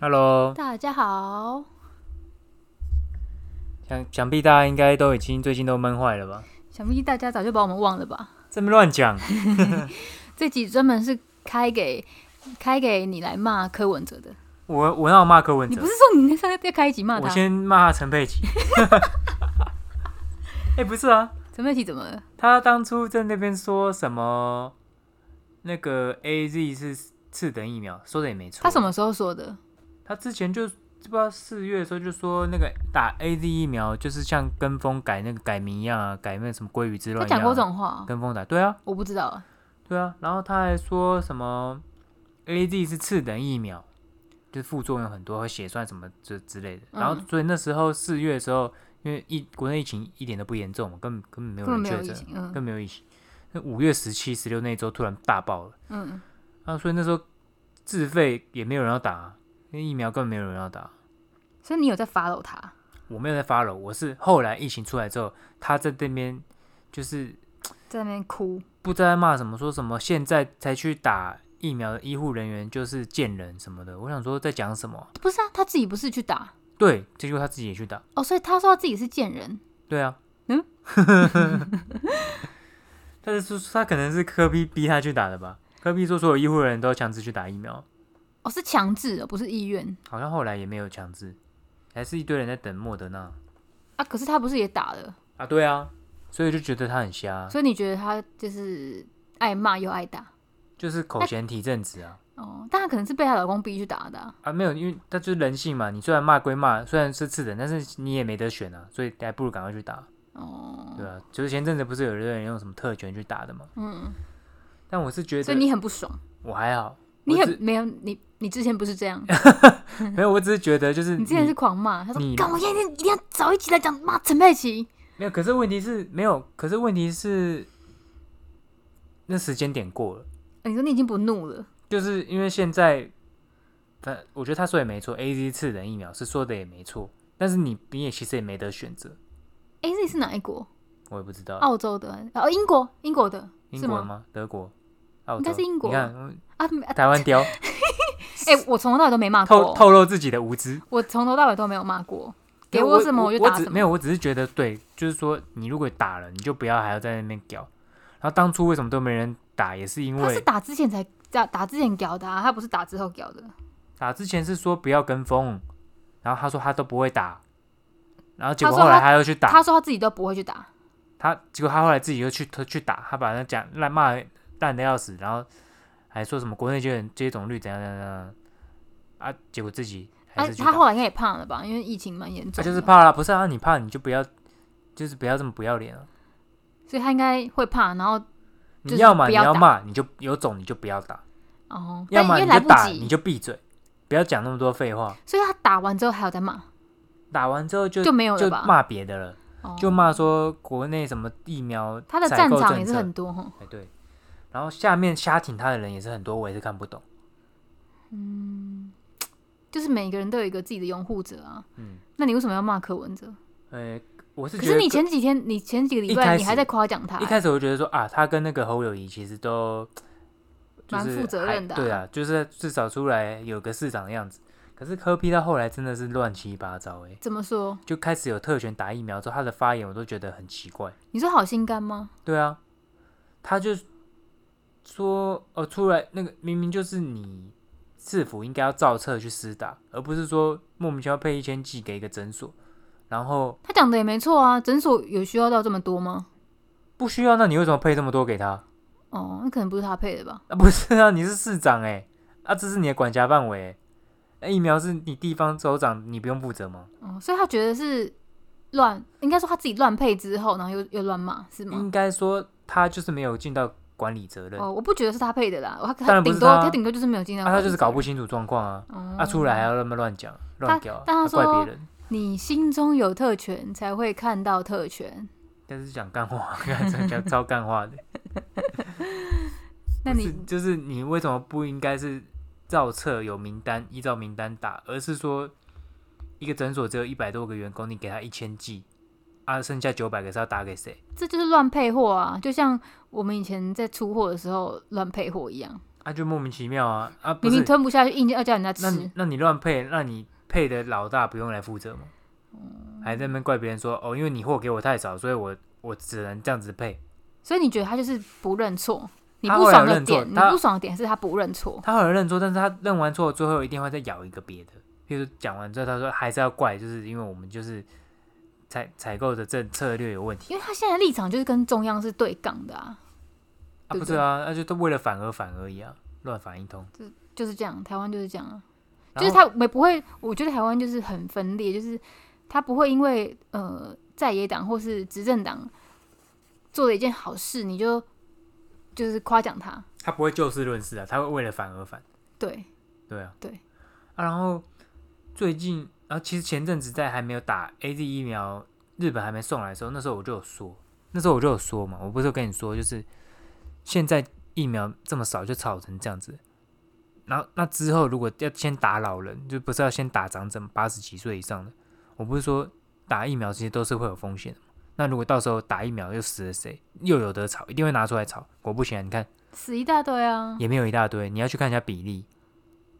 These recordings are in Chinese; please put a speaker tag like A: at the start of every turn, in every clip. A: Hello，
B: 大家好，
A: 想想必大家应该都已经最近都闷坏了吧？
B: 想必大家早就把我们忘了吧？
A: 这么乱讲，
B: 这集专门是开给开给你来骂柯文哲的。
A: 我我要骂柯文
B: 你
A: 哲
B: 不，是说你那上要开一集骂
A: 我
B: 他？
A: 先骂他陈佩琪。 哎、不是啊，
B: 陈佩琪怎么了？
A: 他当初在那边说什么那个 A Z 是次等疫苗，说的也没错。
B: 他什么？时候说的？
A: 他之前就不知道四月的时候就说那个打 A Z 疫苗就是像跟风改那个改名一样啊，改那个什么鲑鱼之
B: 他
A: 乱一样啊、
B: 讲过这种话哦、
A: 跟风打，对啊，
B: 我不知道啊。
A: 对啊，然后他还说什么 A Z 是次等疫苗，就是副作用很多和血栓什么之之类的。
B: 嗯
A: 然后所以那时候四月的时候，因为疫国内疫情一点都不严重嘛，根本根本没有
B: 根
A: 人
B: 本没有
A: 确
B: 疫
A: 诊
B: 情，，嗯
A: 更没有疫情。那五月十七、十六那一周突然大爆了，
B: 嗯，
A: 啊，所以那时候自费也没有人要打啊，那疫苗根本没有人要打。
B: 所以你有在 follow 他？
A: 我没有在发了，我是后来疫情出来之后，他在这边就是
B: 在那边哭，
A: 不知道在骂什么，说什么现在才去打疫苗的医护人员就是贱人什么的。我想说在讲什么啊？
B: 不是啊，他自己不是去打
A: 对，结果他自己也去打。
B: 哦，所以他说他自己是贱人，
A: 对啊，
B: 嗯，
A: 但是说他可能是科比逼他去打的吧？科比说所有医护人员都强制去打疫苗，
B: 哦是强制的，不是意愿
A: 好像后来也没有强制，还是一堆人在等莫德纳
B: 啊。可是他不是也打了，
A: 啊？对啊，所以就觉得他很瞎啊，
B: 所以你觉得他就是爱骂又爱打
A: 就是口嫌体正直啊。
B: 哦？但他可能是被她老公逼去打的啊、
A: 啊，没有，因为他就是人性嘛。你虽然骂归骂，虽然是次等，但是你也没得选啊，所以还不如赶快去打。
B: 哦，
A: 对啊，就是前阵子不是有些人用什么特权去打的嘛？
B: 嗯，
A: 但我是觉
B: 所
A: 得
B: 以你很不爽。
A: 我还好，
B: 你
A: 我
B: 很没有你，你之前不是 这样，
A: 只没有，我只是觉得就是
B: 你之前是狂骂，他
A: 你
B: 说干，我今天一定要找一集来讲骂陈佩琪。
A: 没有，可是问题是没有，可是问题是那时间点过了，
B: 呃你说你已经不怒了，
A: 就是因为现在，反我觉得他说也没错，A Z 次人疫苗是说的也没错，但是你你也其实也没得选择，
B: 哎，这里是哪一国？
A: 我也不知道、
B: 澳洲的，哦，英国，英国的
A: 英
B: 是
A: 国
B: 吗？
A: 吗？德国？澳洲？
B: 应该是英国
A: 你看嗯
B: 啊，没 啊哦
A: 台湾雕
B: 哎， 我从头到尾都没骂
A: 透
B: 过，
A: 透露自己的无知。
B: 我从头到尾都没有骂过，给
A: 我
B: 我什么
A: 我
B: 就打
A: 只
B: 什么。
A: 没有，我只是觉得对，就是说你如果打了，你就不要还要在那边屌。然后当初为什么都没人打，也是因
B: 他是
A: 为
B: 打之前才打，打之前屌的啊，他不是打之后屌的。
A: 打之前是说不要跟风，然后他说他都不会打，然后结
B: 他
A: 果
B: 说
A: 后来
B: 他
A: 他又去打，
B: 他说他自己都不会去打，
A: 他结果他后来自己又去他去打，他把那讲烂骂烂的要死，然后还说什么国内接种接种率怎样怎样怎样啊，结果自己还
B: 哎，
A: 是去打，
B: 他后来应该也怕了吧，因为疫情蛮严
A: 他
B: 重，
A: 就是，怕啦，不是啊，你怕你就不要，就是不要这么不要脸啊，
B: 所以他应该会怕，然后就
A: 你
B: 是
A: 要嘛
B: 不
A: 你
B: 要
A: 要
B: 打
A: 骂你就有种你就不要打，
B: 哦，
A: 要
B: 但因
A: 么
B: 为
A: 你
B: 来
A: 就
B: 不
A: 打你
B: 及，
A: 就闭嘴，不要讲那么多废话，
B: 所以他打完之后还有在骂。
A: 打完之后就
B: 就没有
A: 就
B: 了吧？
A: 骂别的了。
B: 哦
A: 就骂说国内什么疫苗
B: 他的
A: 采
B: 战
A: 购
B: 场
A: 政
B: 也是
A: 策
B: 很多哈，
A: 哎对，然后下面瞎挺他的人也是很多，我也是看不懂。
B: 嗯，就是每个人都有一个自己的拥护者啊。
A: 嗯，
B: 那你为什么要骂柯文哲？
A: 呃，我是
B: 可
A: 觉
B: 是
A: 得
B: 你
A: 跟
B: 前几天，你前几个礼
A: 一开
B: 拜
A: 始
B: 你还在夸奖他、
A: 一开始我就觉得说啊，他跟那个侯友谊其实都就
B: 蛮
A: 是
B: 负责
A: 还
B: 任的啊
A: 对啊，就是至少出来有个市长的样子。可是柯 P 到后来真的是乱七八糟哎、
B: 怎么说？
A: 就开始有特权打疫苗之后，他的发言我都觉得很奇怪。
B: 你说好心肝吗？
A: 对啊，他就说哦，出来那个明明就是你市府应该要照册去施打，而不是说莫名其妙配一千剂给一个诊所，然后
B: 他讲的也没错啊，诊所有需要到这么多吗？
A: 不需要，那你为什么配这么多给他？
B: 哦，那可能不是他配的吧？
A: 啊，不是啊，你是市长哎、啊，这是你的管辖范围欸、那疫苗是你地方首长，你不用负责吗？
B: 哦，所以他觉得是乱，应该说他自己乱配之后，然后又又乱骂是吗？
A: 应该说他就是没有尽到管理责任，
B: 嗯哦，我不觉得是他配的啦，他
A: 当然
B: 他
A: 不
B: 顶
A: 是
B: 多
A: 他啊
B: 他顶多就是没有尽量
A: 啊，
B: 管理
A: 他
B: 责
A: 就
B: 任、
A: 是搞不清楚状况啊，
B: 哦
A: 啊，出来还要那么乱讲乱
B: 他
A: 屌，
B: 但他
A: 还怪
B: 说
A: 别人，
B: 你心中有特权，才会看到特权。
A: 但是讲干话， 讲讲超干话的。
B: 那
A: 不是
B: 你
A: 就是你为什么不应该是照册有名单，依照名单打，而是说一个诊所只有一百多个员工，你给他一千剂，啊，剩下九百个是要打给谁？
B: 这就是乱配货啊，就像我们以前在出货的时候乱配货一样。
A: 啊，就莫名其妙啊啊！不
B: 明
A: 是
B: 明，吞不下去，硬要叫人家
A: 那你
B: 吃。
A: 那你乱配，那你配的老大不用来负责吗？
B: 嗯
A: 还在那边怪别人说哦，因为你货给我太少，所以我我只能这样子配。
B: 所以你觉得他就是不认错？你
A: 他
B: 不
A: 后来
B: 爽
A: 有
B: 的
A: 认错
B: 点，你
A: 他
B: 不爽的点是他不认错。
A: 他好像认错，但是他认完错最后一定会再咬一个别的。譬如讲完之后，他说还是要怪，就是因为我们就是采采购的政策略有问题
B: 因为他现在立场就是跟中央是对杠的啊，
A: 啊，
B: 对
A: 不
B: 不
A: 是啊，那、就都为了反而反而已啊，乱反一通。
B: 就是这样，台湾就是这样啊，
A: 然
B: 就是
A: 后
B: 他没不会，我觉得台湾就是很分裂，就是他不会因为呃在野党或是执政党做了一件好事，你就就是夸奖他，
A: 他不会就事论事啊，他会为了反而反。
B: 对，
A: 对啊，
B: 对
A: 啊，然后最近啊，其实前阵子在还没有打 A Z 疫苗，日本还没送来的时候，那时候我就有说，那时候我就有说嘛，我不是有跟你说，就是现在疫苗这么少就炒成这样子，然后那之后如果要先打老人，就不是要先打长者八十几岁以上的，我不是说打疫苗其实都是会有风险的嘛。那如果到时候打疫苗又死了谁，又有得炒，一定会拿出来炒。果不其然，你看
B: 死一大堆啊，
A: 也没有一大堆，你要去看一下比例，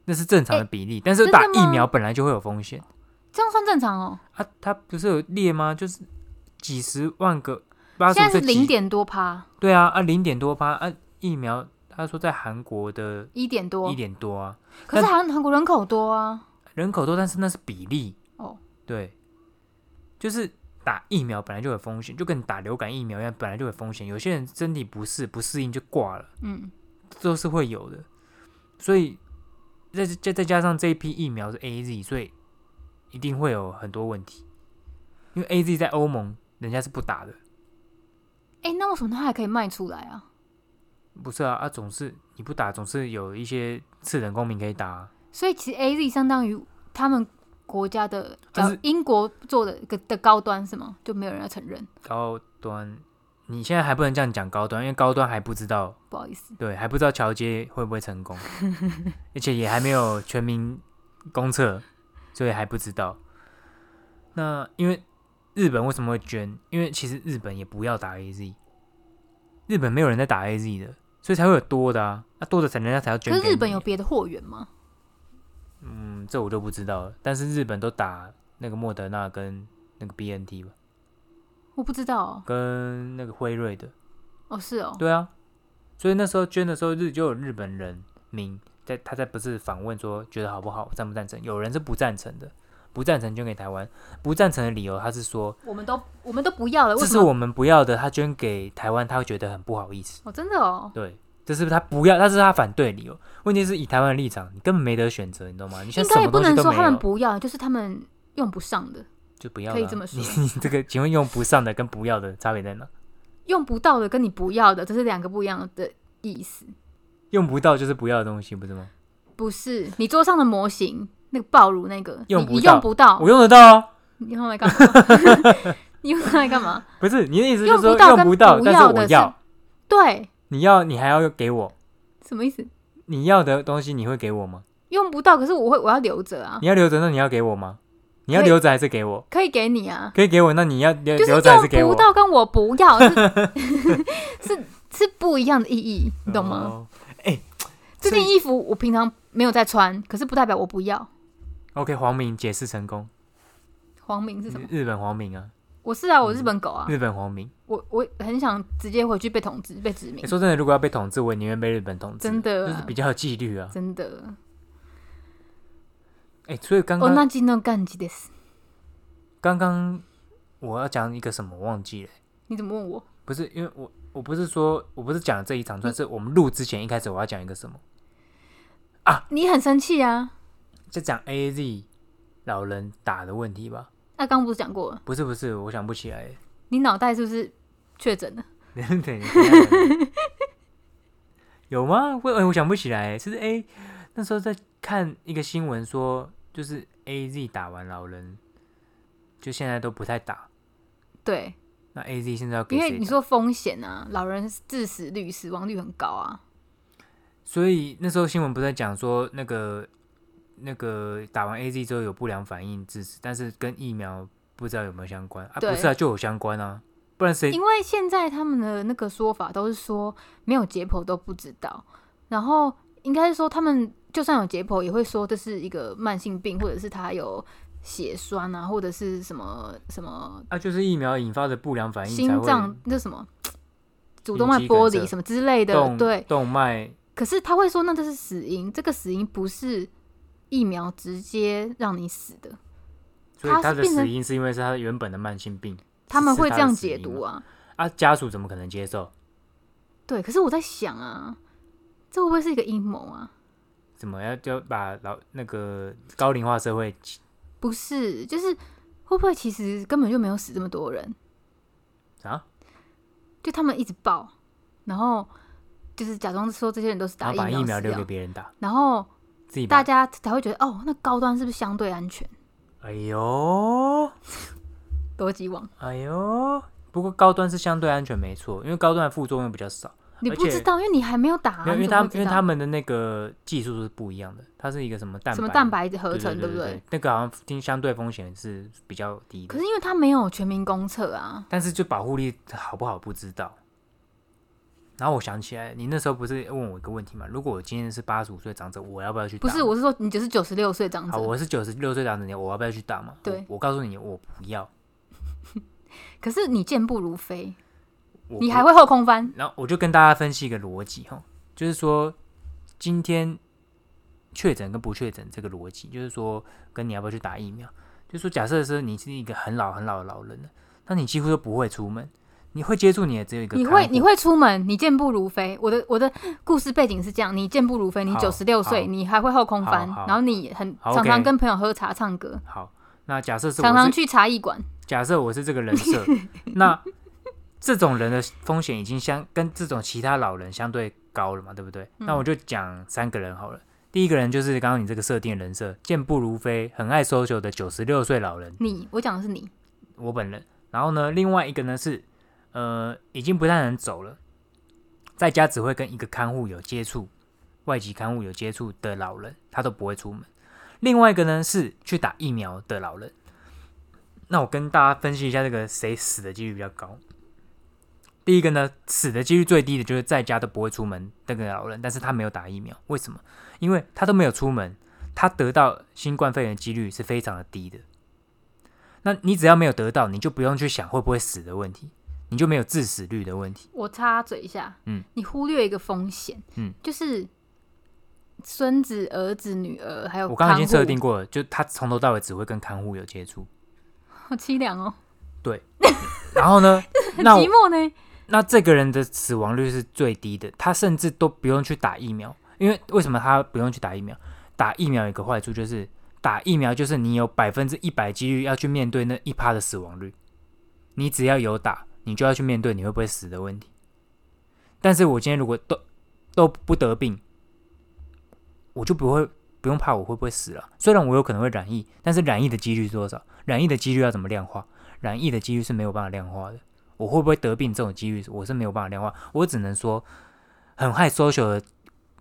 A: 那是正常的
B: 欸
A: 比例。但是
B: 真的
A: 打
B: 吗
A: 疫苗本来就会有风险
B: 这样算正常哦。
A: 啊，它不是有列吗？就是几十万个，八十
B: 现在是
A: 岁
B: 零，点多趴，
A: 对啊啊零点多趴啊疫苗，他说在韩国的
B: 一点多
A: 一，点多啊，
B: 可是韩韩国人口多啊，
A: 人口多，但是那是比例
B: 哦，
A: 对，就是打疫苗本来就有风险，就跟你打流感疫苗一样，本来就有风险。有些人身体不适不适应就挂了。
B: 嗯，
A: 都是会有的。所以再再再加上这一批疫苗是 A Z，所以一定会有很多问题。因为 A Z 在欧盟人家是不打的，
B: 哎、那为什么他还可以卖出来啊？
A: 不是啊啊，总是你不打，总是有一些次等公民可以打、啊。
B: 所以其实 A Z 相当于他们国家的，
A: 但
B: 呃
A: 是
B: 英国做的的的高端是吗？就没有人要承认，
A: 高端，你现在还不能这样讲高端，因为高端还不知道，
B: 不好意思。
A: 对，还不知道桥接会不会成 功，而且也还没有全民公测，所以还不知道。那因为日本为什么会捐？因为其实日本也不要打 AZ，日本没有人在打 AZ 的，所以才会有多的啊。那、多的才人家才要捐
B: 可是
A: 给你
B: 日本有别的货源吗？
A: 嗯，这我就不知道了。但是日本都打那个莫德纳跟那个 BNT 吧，
B: 我不知道哦，
A: 跟那个辉瑞的。
B: 哦是哦，
A: 对啊，所以那时候捐的时候，日就有日本人民在他在不是访问说觉得好不好，赞不赞成？有人是不赞成的，不赞成捐给台湾，不赞成的理由他是说
B: 我们都我们都不要呃了，为
A: 这
B: 什
A: 是
B: 么？
A: 我们不要的，他捐给台湾他会觉得很不好意思。
B: 哦真的哦，
A: 对，这是他不要，但是他反对理由。问题是以台湾的立场，你根本没得选择，你懂吗？你现
B: 应
A: 在什
B: 该也
A: 么
B: 不
A: 东西
B: 能
A: 都
B: 说
A: 没
B: 他们
A: 有，
B: 不要，就是他们用不上的、
A: 就不要了啊。
B: 可以这么说
A: 你 你这个，请问用不上的跟不要的差别在哪？
B: 用不到的，跟你不要的，这是两个不一样的意思。
A: 用不到就是不要的东西，不是吗？
B: 不是你桌上的模型那个爆乳那个，你
A: 用不
B: 你
A: 到
B: 用不到
A: 我，用得到啊，
B: 你用来干嘛？ 你用来干嘛？
A: 不是你的意思 就是
B: 用
A: 说
B: 不到
A: 用
B: 跟
A: 不到，
B: 不
A: 但
B: 要
A: 是我
B: 的是
A: 要。
B: 对，
A: 你要，你还要给我，
B: 什么意思？
A: 你要的东西你会给我吗？
B: 用不到，可是我会我要留着啊，
A: 你要留着，那你要给我吗？你要
B: 可以
A: 留着还是给我？
B: 可以给你啊，
A: 可以给我，那你要留
B: 就是
A: 留着还是给
B: 用
A: 我
B: 不？到跟我不 要是 是是不一样的意义，你懂啊吗？
A: 哦
B: 这件
A: 所
B: 衣服我平常没有在穿，可是不代表我不要。
A: ？OK，黄明解释成功。
B: 黄明是什么？
A: 日日本黄明啊，
B: 我是啊，我日本狗啊，
A: 日本黄明。
B: 我我很想直接回去被统治、被殖民
A: 你，说真的，如果要被统治，我也宁愿被日本统治，
B: 真的啊
A: 就是比较有纪律啊。
B: 真的。
A: 哎，所以刚
B: 哦，那
A: 刚
B: 今天干几的事？
A: 刚刚我要讲一个什么我忘记了，
B: 你怎么问我？
A: 不是因为我我不是说我不是讲这一长串，
B: 嗯
A: 是我们录之前一开始我要讲一个什么，
B: 你很生气啊？
A: 就讲 A Z 老人打的问题吧？
B: 那啊刚不是讲过了？
A: 不是不是，我想不起来了。
B: 你脑袋是不是确诊了？
A: 等等一下， 有吗？我、哎我想不起来，是不是 A 那时候在看一个新闻说，就是 A Z 打完老人，就现在都不太打。
B: 对，
A: 那 A Z 现在要给
B: 因
A: 谁
B: 为
A: 打？
B: 你说风险啊，老人致死率、死亡率很高啊。
A: 所以那时候新闻不是在讲说那个那个打完 A Z 之后有不良反应致死，但是跟疫苗不知道有没有相关啊？
B: 对
A: 不是啊，就有相关啊，不然谁
B: 因为现在他们的那个说法都是说没有解剖都不知道，然后应该是说他们就算有解剖，也会说这是一个慢性病，或者是他有血栓啊，或者是什么什么
A: 啊，就是疫苗引发的不良反应才
B: 心
A: 会
B: 脏那什么主动脉
A: 肌
B: 剥
A: 梗
B: 离
A: 塞
B: 什么之类的，
A: 动
B: 对。
A: 动脉
B: 可是他会说那这是死因，这个死因不是疫苗直接让你死的，
A: 所以
B: 它
A: 他
B: 是
A: 的
B: 变
A: 死
B: 成
A: 因是因为是他原本的慢性病，
B: 他们会
A: 是
B: 这
A: 他的
B: 样
A: 死因
B: 解读啊。
A: 啊，家属怎么可能接受？
B: 对，可是我在想啊，这会不会是一个阴谋啊？
A: 怎么要就把老那个高龄化社会
B: 不是，就是会不会其实根本就没有死这么多人，
A: 啊，
B: 就他们一直报，然后就是假装说这些人都是
A: 然
B: 打
A: 后把
B: 疫
A: 疫苗
B: 苗死
A: 留给
B: 掉，
A: 别人打，
B: 然后
A: 自己把
B: 大家才会觉得哦，那高端是不是相对安全？
A: 哎呦
B: 逻辑网，
A: 哎呦，不过高端是相对安全没错，因为高端的副作用比较少，
B: 你
A: 而
B: 不知
A: 且
B: 道，因为你还没有打啊、
A: 没有因
B: 你
A: 为
B: 怎
A: 他
B: 么会知
A: 因为
B: 道
A: 他们的那个技术是不一样的，它是一个什么蛋白
B: 什么蛋白质合
A: 对
B: 成，
A: 对
B: 不
A: 对？那个好像听相对风险是比较低
B: 可
A: 的，
B: 是因为他没有全民公测啊，
A: 但是就保护力好不好不知道。然后我想起来，你那时候不是问我一个问题嘛？如果我今天是八十五岁长者，我要不要去打？
B: 不是，我是说你就是九十六岁长
A: 啊好，
B: 者，
A: 我是九十六岁长者，你我要不要去打嘛？
B: 对
A: 我，我告诉你，我不要。
B: 可是你健步如飞，
A: 我
B: 你
A: 不
B: 还会后空翻，
A: 然后我就跟大家分析一个逻辑哈，就是说今天确诊跟不确诊这个逻辑，就是说跟你要不要去打疫苗，就是说假设是你是一个很老很老的老人了，那你几乎都不会出门，你会接触你也只有一个
B: 你
A: 看
B: 会
A: 护
B: 你会出门，你健步如飞。我的我的故事背景是这样：你健步如飞，你
A: 好
B: 九十六岁，
A: 好
B: 你还会后空翻
A: 好，好
B: 然后你很
A: 好
B: 常常
A: OK
B: 跟朋友喝茶、唱歌，
A: 好。那假设是我
B: 常常
A: 是
B: 去茶艺馆。
A: 假设我是这个人设，那这种人的风险已经相跟这种其他老人相对高了嘛，对不对？那我就讲三个人好了。第一个人就是刚刚你这个设定的人设，健步如飞、很爱 social 的九十六岁老人，
B: 你我讲的是你，
A: 我本人。然后呢，另外一个呢是，呃，已经不太能走了，在家只会跟一个看护有接触，外籍看护有接触的老人，他都不会出门。另外一个呢是去打疫苗的老人。那我跟大家分析一下，这个谁死的几率比较高。第一个呢，死的几率最低的就是在家都不会出门那个老人，但是他没有打疫苗，为什么？因为他都没有出门，他得到新冠肺炎的几率是非常的低的。那你只要没有得到，你就不用去想会不会死的问题，你就没有致死率的问题。
B: 我插嘴一下，
A: 嗯，
B: 你忽略一个风险，
A: 嗯，
B: 就是孙子、儿子、女儿还有
A: 我刚刚已经
B: 看护
A: 设定，过了，就他从头到尾只会跟看护有接触。
B: 好凄 凉哦，
A: 然后呢，
B: 很
A: 那我
B: 寂寞呢。
A: 那这个人的死亡率是最低的，他甚至都不用去打疫苗，因为为什么他不用去打疫苗？打疫苗有一个坏处就是，打疫苗就是你有百分之一百几率要去面对那一趴的死亡率，你只要有打，你就要去面对你会不会死的问题。但是我今天如果都都不得病，我就不会不用怕我会不会死了。虽然我有可能会染疫，但是染疫的几率是多少？染疫的几率要怎么量化？染疫的几率是没有办法量化的。我会不会得病这种几率，我是没有办法量化。我只能说，很害 social 的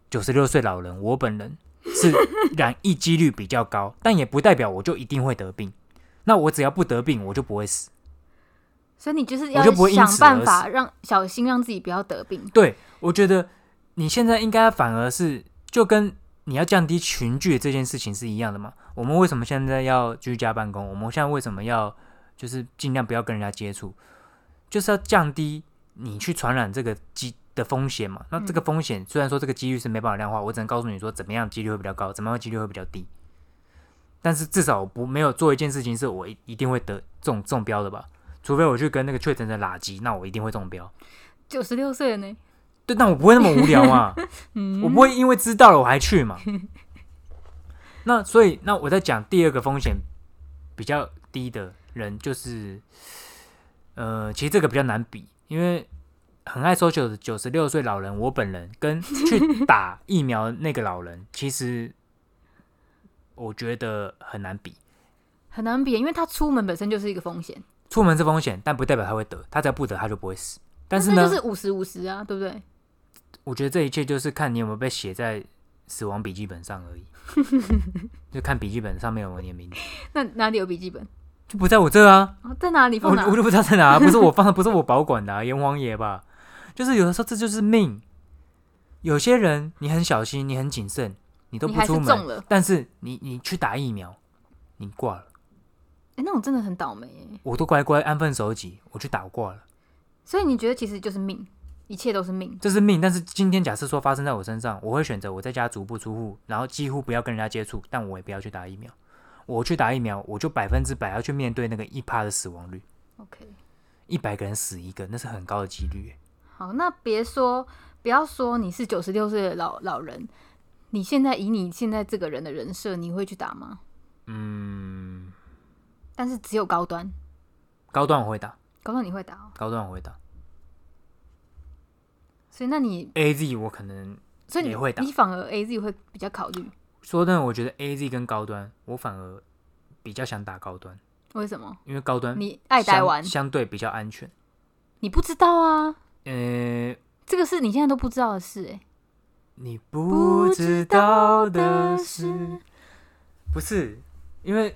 A: 九十六岁老人，我本人是染疫几率比较高，但也不代表我就一定会得病。那我只要不得病，我就不会死。
B: 所以你就是
A: 我
B: 要
A: 就不会因
B: 想
A: 此
B: 办
A: 而
B: 法让小心让自己不要得病。
A: 对，我觉得你现在应该反而是就跟你要降低群聚这件事情是一样的嘛。我们为什么现在要居家办公？我们现在为什么要就是尽量不要跟人家接触？就是要降低你去传染这个机的风险嘛。那这个风险虽然说这个几率是没办法量化，我只能告诉你说怎么样几率会比较高，怎么样几率会比较低。但是至少我不没有做一件事情是我一一定会得中中标的吧，除非我去跟那个确诊的垃圾，那我一定会中标。
B: 九十六岁了呢，
A: 对，但我不会那么无聊嘛，我不会因为知道了我还去嘛。 那所以，那我在讲第二个风险比较低的人，就是，呃，其实这个比较难比，因为很爱 social 的九十六岁老人，我本人跟去打疫苗那个老人， 其实我觉得很难比。
B: 很难比，因为他出门本身就是一个风险。
A: 出门是风险，但不代表他会得，他只要不得，他就不会死。但是
B: 那
A: 呢，
B: 就是五十五十啊，对不对？
A: 我觉得这一切就是看你有没有被写在死亡笔记本上 而已，就看笔记本上面有没有你的名字，
B: 那哪里有笔记本？
A: 就不在我这啊，
B: 啊在哪里
A: 我
B: 放哪
A: 我？就不知道在啊哪、不是我放的，不是我保管的、啊，阎王爷吧？就是有的时候这就是命，有些人你很小心，你很谨慎，你都
B: 你
A: 不
B: 还是
A: 出
B: 中
A: 门，
B: 了，
A: 但是你你去打疫苗，你挂了。
B: 哎、那种真的很倒霉耶。
A: 我都乖乖安分守己，我去打我挂了，
B: 所以你觉得其实就是命，一切都是命。
A: 这是命。但是今天假设说发生在我身上，我会选择我在家足不出户，然后几乎不要跟人家接触，但我也不要去打疫苗。我去打疫苗，我就百分之百要去面对那个一趴的死亡率，
B: OK，
A: 一百个人死一个，那是很高的几率耶。
B: 好，那别说不要说你是九十六岁的老老人，你现在以你现在这个人的人设，你会去打吗？
A: 嗯，
B: 但是只有高端，
A: 高端我会打，
B: 高端你会打、哦，
A: 高端我会打。
B: 所以那你
A: A Z 我可能
B: 所以你
A: 也会打
B: 你反而 A Z 会比较考虑，
A: 说真的，我觉得 A Z 跟高端，我反而比较想打高端，
B: 为什么？
A: 因为高端
B: 你爱台
A: 相
B: 湾，
A: 相对比较安全。
B: 你不知道啊，
A: 呃，
B: 这个是你现在都不知道的事、哎，
A: 你不知道的
B: 不
A: 事，不是因为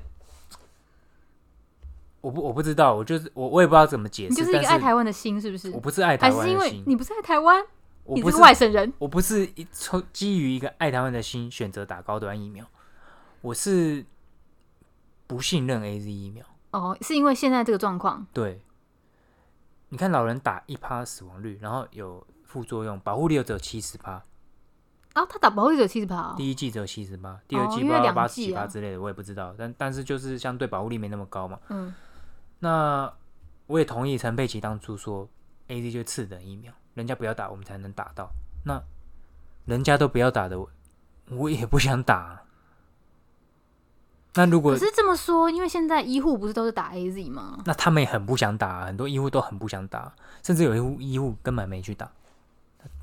A: 我不我不知道，我就是我我也不知道怎么解
B: 你
A: 释，
B: 就是一
A: 但
B: 个
A: 是
B: 爱台湾的心，是不是
A: 我？不是爱台
B: 还
A: 湾
B: 是因
A: 的
B: 为
A: 心，
B: 你不是爱台湾，
A: 我
B: 你
A: 不
B: 这
A: 是
B: 个外省人？
A: 我不是一从基于一个爱台湾的心选择打高端疫苗，我是不信任 A Z 疫苗。
B: 哦，是因为现在这个状况，
A: 对，你看老人打一趴死亡率，然后有副作用，保护力又只有七十趴，
B: 啊，他打保护者七十趴，
A: 第一季只有七十趴，第二
B: 哦
A: 季
B: 因
A: 不知
B: 为
A: 道
B: 两
A: 八十
B: 季
A: 几
B: 啊
A: 趴之类的，我也不知道。但但是就是相对保护力没那么高嘛。
B: 嗯，
A: 那我也同意陈佩琪当初说，A Z 就次等疫苗，人家不要打，我们才能打到。那人家都不要打的，我我也不想打啊、那如果
B: 可是这么说，因为现在医护不是都是打 A Z 吗？
A: 那他们也很不想打、很多医护都很不想打，甚至有一户医护根本没去打。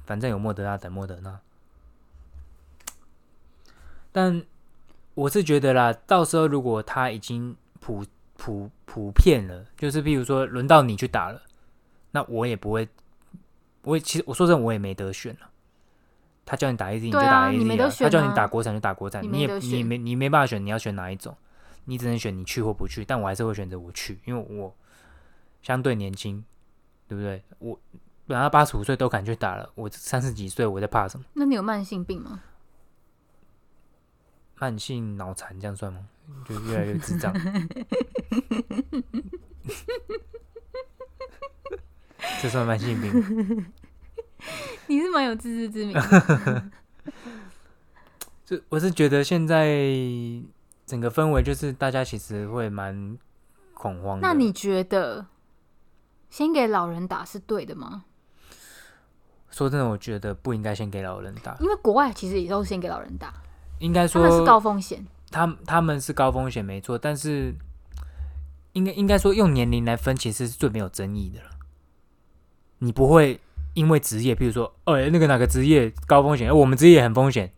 A: 反正有莫德纳等莫德纳，但我是觉得啦，到时候如果他已经普普普遍了，就是譬如说轮到你去打了，那我也不会，我也其实我说真的，我也没得选了。他叫你打 A Z 你就
B: 对啊
A: 打 A
B: 你
A: Z
B: 没得选
A: 他叫
B: 啊
A: 你打国产就打国产，
B: 你
A: 你
B: 没
A: 也
B: 得
A: 你
B: 选
A: 也没你没办法选，你要选哪一种？你只能选你去或不去，但我还是会选择我去，因为我相对年轻，对不对？我本来八十五岁都敢去打了，我三十几岁我在怕什么？
B: 那你有慢性病吗？
A: 慢性脑残这样算吗？就越来越智障。 这算慢性 病？
B: 你是蛮有自知之明的，
A: 这我是觉得现在整个氛围就是大家其实会蛮恐慌的。
B: 那你觉得先给老人打是对的吗？
A: 说真的，我觉得不应该先给老人打，
B: 因为国外其实也都是先给老人打，
A: 应该
B: 他
A: 说
B: 们是高风险。
A: 他们他们是高风险没错，但是应该应该说用年龄来分，其实是最没有争议的了。你不会因为职业，比如说，哦、那个哪个职业高风险，呃我们职业也很风险，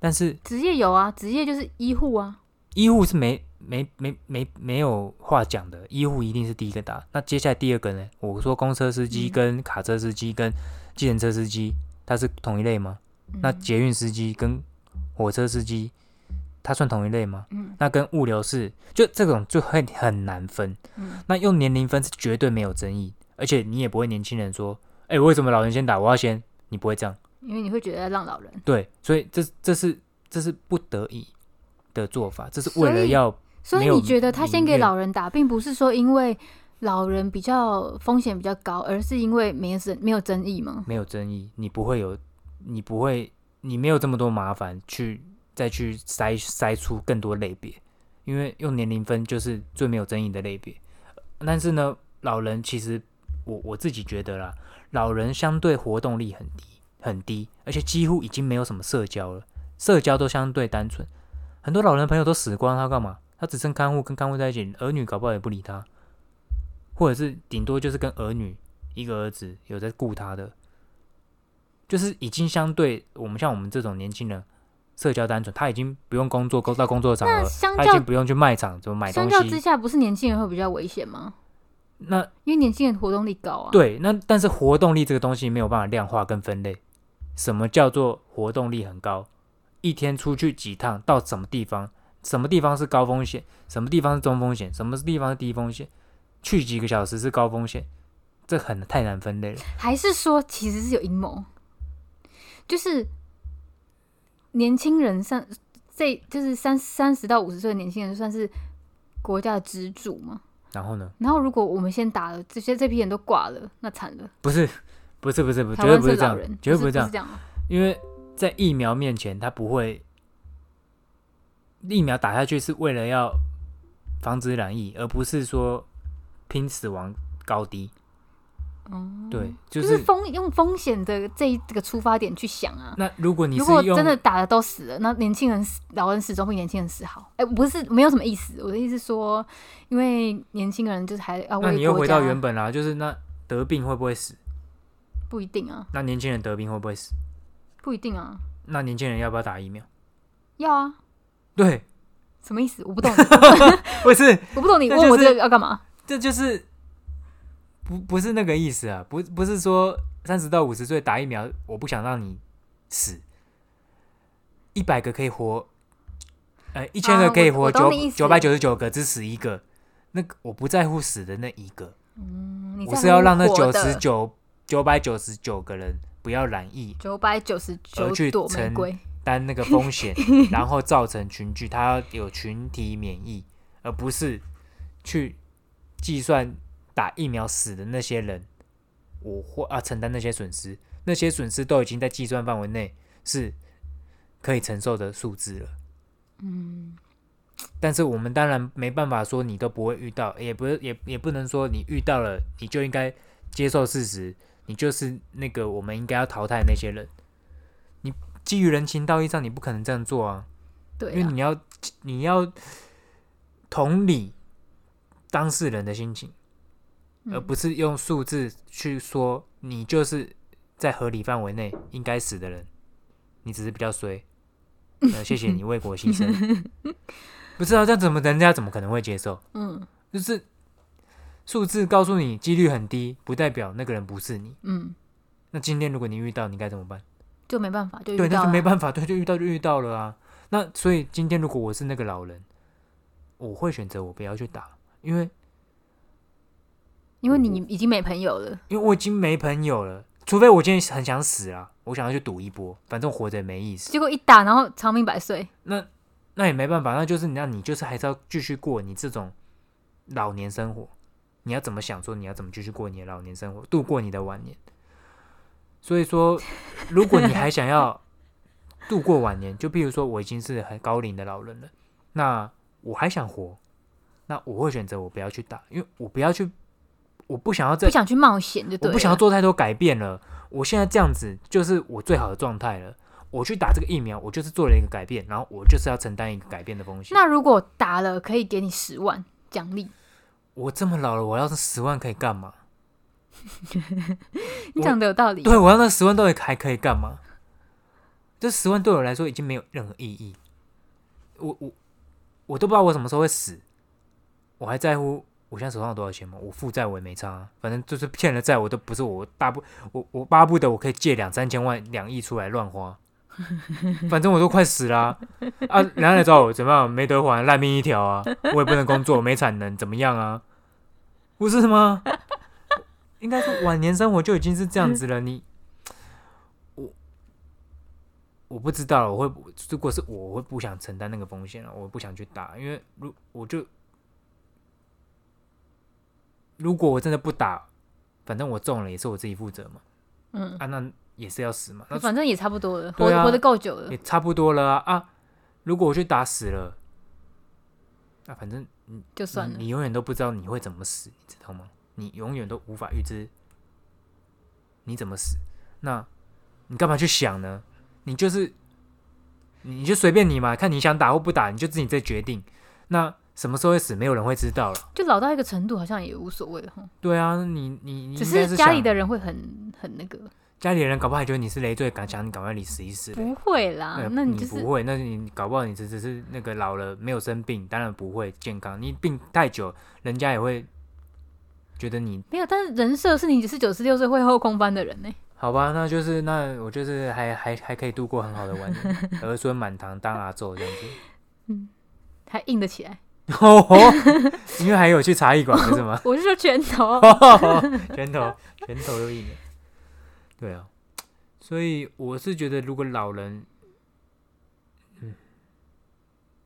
A: 但是
B: 职业有啊，职业就是医护啊，
A: 医护是没没没没没有话讲的，医护一定是第一个打。那接下来第二个呢？我说公车司机
B: 嗯
A: 跟卡车司机跟计程车司机，他是同一类吗？那
B: 嗯
A: 捷运司机跟火车司机，他算同一类吗？
B: 嗯
A: 那跟物流是就这种就很很难分。
B: 嗯
A: 那用年龄分是绝对没有争议，而且你也不会年轻人说，哎、为什么老人先打，我要先，你不会这样。
B: 因为你会觉得让老人，
A: 对，所以这这是这是不得已的做法，这是为
B: 所
A: 了
B: 以
A: 要
B: 所
A: 没
B: 以
A: 有
B: 你觉得他先给
A: 明确
B: 老人打，并不是说因为老人比较风险比较高，而是因为没有争没有争议吗？
A: 没有争议，你不会有，你不会，你没有这么多麻烦去再去筛筛出更多类别，因为用年龄分就是最没有争议的类别。但是呢，老人其实我我自己觉得啦，老人相对活动力很低很低，而且几乎已经没有什么社交了，社交都相对单纯。很多老人朋友都死光，他干嘛？他只剩看护，跟看护在一起，儿女搞不好也不理他，或者是顶多就是跟儿女一个儿子有在顾他的，就是已经相对我们像我们这种年轻人，社交单纯，他已经不用工作，勾到工作场
B: 那
A: 合，
B: 相
A: 呃他已经
B: 较
A: 不用去卖场怎么买
B: 相
A: 东
B: 较之
A: 西。
B: 下，不是年轻人会比较危险吗？
A: 那
B: 因为年轻人活动力高啊。，
A: 对，那但是活动力这个东西没有办法量化跟分类。什么叫做活动力很高？一天出去几趟，到什么地方？什么地方是高风险？什么地方是中风险？什么地方是低风险？去几个小时是高风险？这很太难分类了。
B: 还是说其实是有阴谋？就是年轻人上这就是三三十到五十岁的年轻人算是国家的支柱嘛。
A: 然后呢？
B: 然后如果我们先打了，这些这批人都挂了，那惨了。
A: 不是，不是，不是，不，绝
B: 台
A: 对
B: 湾
A: 不是
B: 是
A: 这
B: 老
A: 样
B: 人，，
A: 绝对
B: 不
A: 不是这样
B: 是，这样吗。
A: 因为在疫苗面前，它不会，疫苗打下去是为了要防止染疫，而不是说拼死亡高低。
B: 嗯，
A: 对，，就、
B: 就是是风用风险的这一这个出发点去想啊。
A: 那如果你
B: 如
A: 是
B: 果
A: 用
B: 真的打的都死了，那年轻人死，老人始终比年轻人死好。哎、不是没有什么意思，我的意思是说，因为年轻人就是还要为国家，
A: 那你又回到原本啦，就是那得病会不会死？
B: 不一定啊，
A: 那年轻人得病会不会死？
B: 不一定啊，
A: 那年轻人要不要打疫苗？
B: 要啊，
A: 对，
B: 什么意思？我 不懂你，
A: 不是，
B: 我不懂你
A: 那就是
B: 问我这个要干嘛？
A: 这就是不不是那个意思啊，不不是说三十到五十岁打疫苗，我不想让你死，一百个可以活，呃，一千
B: 啊
A: 个可以
B: 我
A: 活
B: 我懂
A: 九
B: 你意思
A: 九百九十九个，只死一个，那个我不在乎死的那一个，
B: 嗯，你
A: 我是要让那九
B: 九
A: 十九九百九十九个人不要染疫，
B: 九百九十
A: 而去
B: 九朵玫
A: 乘
B: 瑰，
A: 担那个风险，然后造成群聚，它要有群体免疫，而不是去计算打疫苗死的那些人，我或啊承担那些损失，那些损失都已经在计算范围内是可以承受的数字了。
B: 嗯，
A: 但是我们当然没办法说你都不会遇到，也不也也不能说你遇到了你就应该接受事实，你就是那个我们应该要淘汰的那些人。你基于人情道义上，你不可能这样做啊。
B: 对
A: 因为
B: 啊，
A: 你要你要同理当事人的心情，而
B: 嗯
A: 不是用数字去说你就是在合理范围内应该死的人，你只是比较 衰。呃，谢谢你为国牺牲。 不知道、这样怎么人家怎么可能会接受？
B: 嗯
A: 就是数字告诉你几率很低，不代表那个人不是你。
B: 嗯，
A: 那今天如果你遇到，你该怎么办？
B: 就没办法，就
A: 对，那
B: 遇到
A: 就
B: 了
A: 没
B: 啊。
A: 办法，对，就遇到就遇到了啊。那所以今天如果我是那个老人，我会选择我不要去打，因为
B: 因为你已经没朋友了，
A: 因为我已经没朋友了，除非我今天很想死啊，我想要去赌一波，反正活着也没意思。
B: 结果一打然后长命百岁，
A: 那那也没办法，那就是你那你就是还是要继续过你这种老年生活，你要怎么想说你要怎么继续过你的老年生活，度过你的晚年。所以说，如果你还想要度过晚年，就譬如说我已经是很高龄的老人了，那我还想活，那我会选择我不要去打，因为我不要去，我不想要再
B: 不想去冒险就
A: 我
B: 对啊了。
A: 不想要做太多改变了。我现在这样子就是我最好的状态了。我去打这个疫苗，我就是做了一个改变，然后我就是要承担一个改变的风险。
B: 那如果打了，可以给你十万奖励。
A: 我这么老了，我要是十万可以干嘛？
B: 你讲的有道理。
A: 对，我要那十万到底还可以干嘛？这十万对我来说已经没有任何意义。我我我都不知道我什么时候会死，我还在乎我现在手上有多少钱吗？我负债我也没差、啊，反正就是欠了债，我都不是我大不我我巴不得我可以借两三千万两亿出来乱 花，反正我都快死啦啊人家来找我怎么样？没得还，烂命一条啊！我也不能工作，没产能，怎么样啊？不是吗？应该是晚年生活就已经是这样子了，你我不知道，我会如果是我，我会不想承担那个风险了，我不想去打，因为如我就如果我真的不打，反正我中了也是我自己负责嘛，
B: 嗯，
A: 啊，那也是要死嘛，那
B: 反正也差不多了，活
A: 对啊
B: 活得够久了
A: 也。差不多了啊啊！如果我去打死了，啊，反正
B: 就算
A: 你
B: 了。
A: 嗯你永远都不知道你会怎么死，你知道吗？你永远都无法预知你怎么死。那你干嘛去想呢？你就是你你就随便你嘛，看你想打或不打，你就自己再决定。那什么时候会死，没有人会知道了。
B: 就老到一个程度，好像也无所谓了哈。
A: 对啊，你你你
B: 只
A: 应该
B: 是
A: 是
B: 家
A: 想
B: 里的人会很很那个，
A: 家里的人搞不好还觉得你是累赘，敢想你赶快你死一死嘞。
B: 不会啦
A: 呃。
B: 啊那
A: 你
B: 就是
A: 不会，那你搞不好你只只是那个老了没有生病，当然不会健康。你病太久，人家也会觉得你
B: 没有，但是人设是你只是九十六岁会后空翻的人呢、
A: 好吧，那就是那我就是还还还可以度过很好的晚年，儿孙满堂当阿昼这样子。
B: 还硬得 起来。
A: 哦吼，因为还有去茶艺馆不是 吗？
B: 我是说拳头，
A: 哦吼拳头拳头有一年。对啊，所以我是觉得，如果老人，嗯，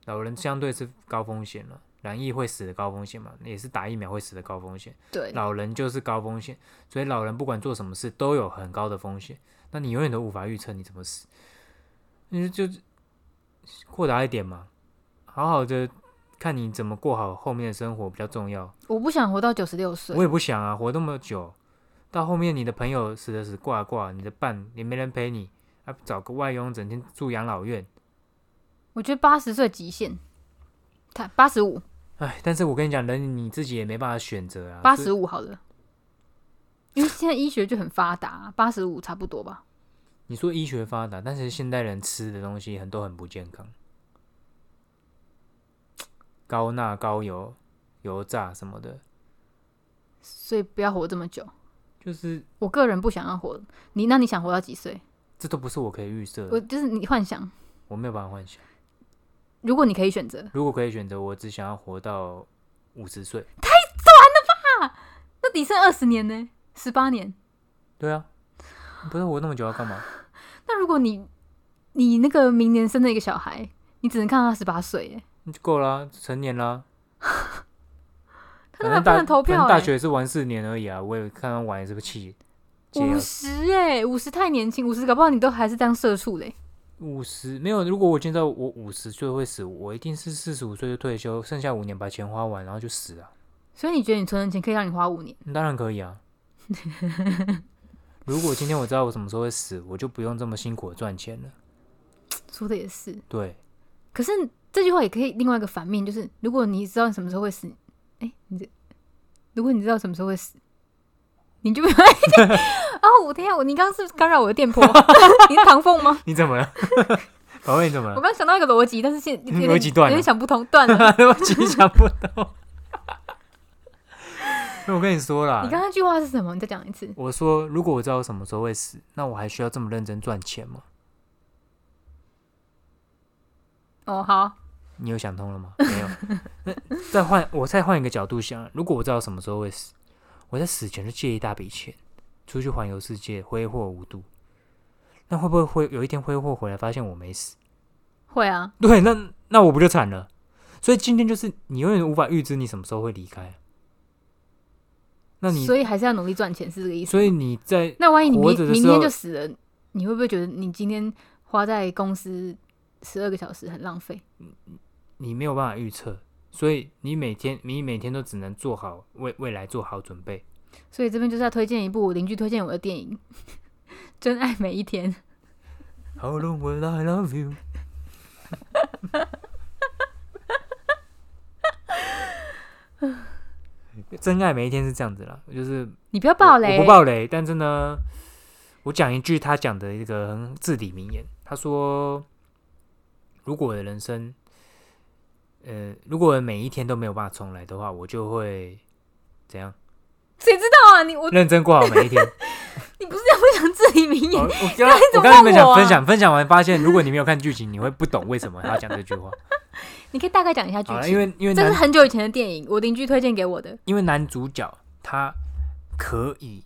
A: 老人相对是高风险了，染疫会死的高风险嘛，也是打疫苗会死的高风险。
B: 对，
A: 老人就是高风险，所以老人不管做什么事都有很高的风险。那你永远都无法预测你怎么死，你就就豁达一点嘛，好好的看你怎么过好后面的生活比较重要。
B: 我不想活到九十六岁
A: 我，也不想啊，活那么久，到后面你的朋友死的死，挂的挂，你的伴也没人陪你，啊，找个外佣整天住养老院。
B: 我觉得八十岁极限，看八十五，
A: 哎，但是我跟你讲，人你自己也没办法选择啊。
B: 八
A: 所以
B: 十五好了，因为现在医学就很发达，八十五差不多吧。
A: 你说医学发达，但是现代人吃的东西很多很不健康，高钠、高油、油炸什么的，
B: 所以不要活这么久。
A: 就是
B: 我个人不想要活，你那你想活到几岁？
A: 这都不是我可以预设的，
B: 我就是你幻想，
A: 我没有办法幻想。
B: 如果你可以选择，
A: 如果可以选择，我只想要活到五十岁。
B: 那你剩二十年呢？十八年。
A: 对啊，你不是活那么久要干嘛？
B: 那如果你你那个明年生了一个小孩，你只能看到他十八岁，哎，
A: 那就够啦，成年啦。
B: 他
A: 反
B: 那还
A: 正
B: 不
A: 大
B: 能投
A: 反
B: 票
A: 正
B: 哎、
A: 大学也是玩四年而已啊，我也看他玩也是个气。解
B: 五十哎，五十太年轻，五十搞不好你都还是当社畜嘞。
A: 五十没有，如果我现在我五十岁会死，我一定是四十五岁就退休，剩下五年把钱花完，然后就死啊。
B: 所以你觉得你存的钱可以让你花五年？
A: 嗯当然可以 啊。如果今天我知道我什么时候会死，我就不用这么辛苦的赚钱了。
B: 说的也是，
A: 对，
B: 可是这句话也可以另外一个反面，就是如果你知道你什么时候会死，哎、你这，如果你知道什么时候会死，你就不要 哦，我天啊，我你刚刚是不是干扰我的电波？ 你是唐凤吗？
A: 你怎 么了？宝贝，你怎么
B: 我
A: 了？
B: 刚想到一个逻辑，但是现有点
A: 逻辑断了
B: 有点想不通，断 了。
A: 我真想不 到。那我跟你说啦
B: 你，刚刚那句话是什么？你再讲一次。
A: 我说如果我知道我什么时候会死，那我还需要这么认真赚钱吗？
B: 哦，好，
A: 你有想通了吗？ 没有。那再换，我再换一个角度想，如果我知道什么时候会死，我在死前就借一大笔钱，出去环游世界，挥霍无度。那会不会会有一天挥霍回来，发现我没死？
B: 会啊，
A: 对，那那我不就惨了？所以今天就是你永远无法预知你什么时候会离开。啊那你
B: 所以还是要努力赚钱，是这个意思。
A: 所以你在
B: 那万一你
A: 活
B: 明
A: 着的
B: 明
A: 时候
B: 天就死了，你会不会觉得你今天花在公司十二个小时很浪费？
A: 你没有办法预测，所以你每天你每天都只能做好未未来做好准备。
B: 所以这边就是要推荐一部我邻居推荐我的电影 《真爱每一天》。
A: How long will I love you？真爱每一天是这样子啦，就是
B: 你不要爆
A: 我
B: 雷，
A: 我不爆雷，但是呢，我讲一句他讲的一个很至理名言，他说：“如果我的人生，呃，如果我的每一天都没有办法重来的话，我就会怎样
B: 谁知道啊？你我
A: 认真过好每 一天。”
B: 你不是要分享至理名
A: 哦
B: 言？
A: 我刚刚
B: 怎么
A: 我刚才
B: 问
A: 分享
B: 我啊
A: 分享分享完，发现如果你没有看剧情，你会不懂为什么他要讲这句话。
B: 你可以大概讲一下剧
A: 好了，
B: 情。
A: 因为因为
B: 这是
A: 男
B: 很久以前的电影，我邻居推荐给我的。
A: 因为男主角他可以，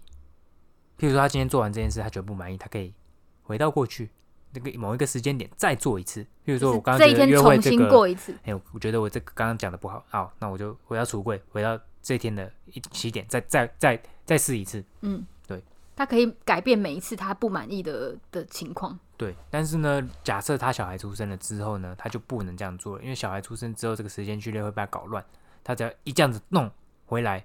A: 譬如说他今天做完这件事，他觉得不满意，他可以回到过去那个某一个时间点再做一次。譬如说我刚
B: 这
A: 刚
B: 一
A: 觉得
B: 天
A: 约会
B: 重
A: 这
B: 新
A: 个，
B: 过一次，
A: 哎、我觉得我这个刚刚讲的不好，好，那我就回到橱柜，回到这一天的一起点，再再再再试一次。
B: 嗯，
A: 对，
B: 他可以改变每一次他不满意的的情况。
A: 对，但是呢，假设他小孩出生了之后呢，他就不能这样做了，因为小孩出生之后，这个时间序列会被他搞乱。他只要一这样子弄回来，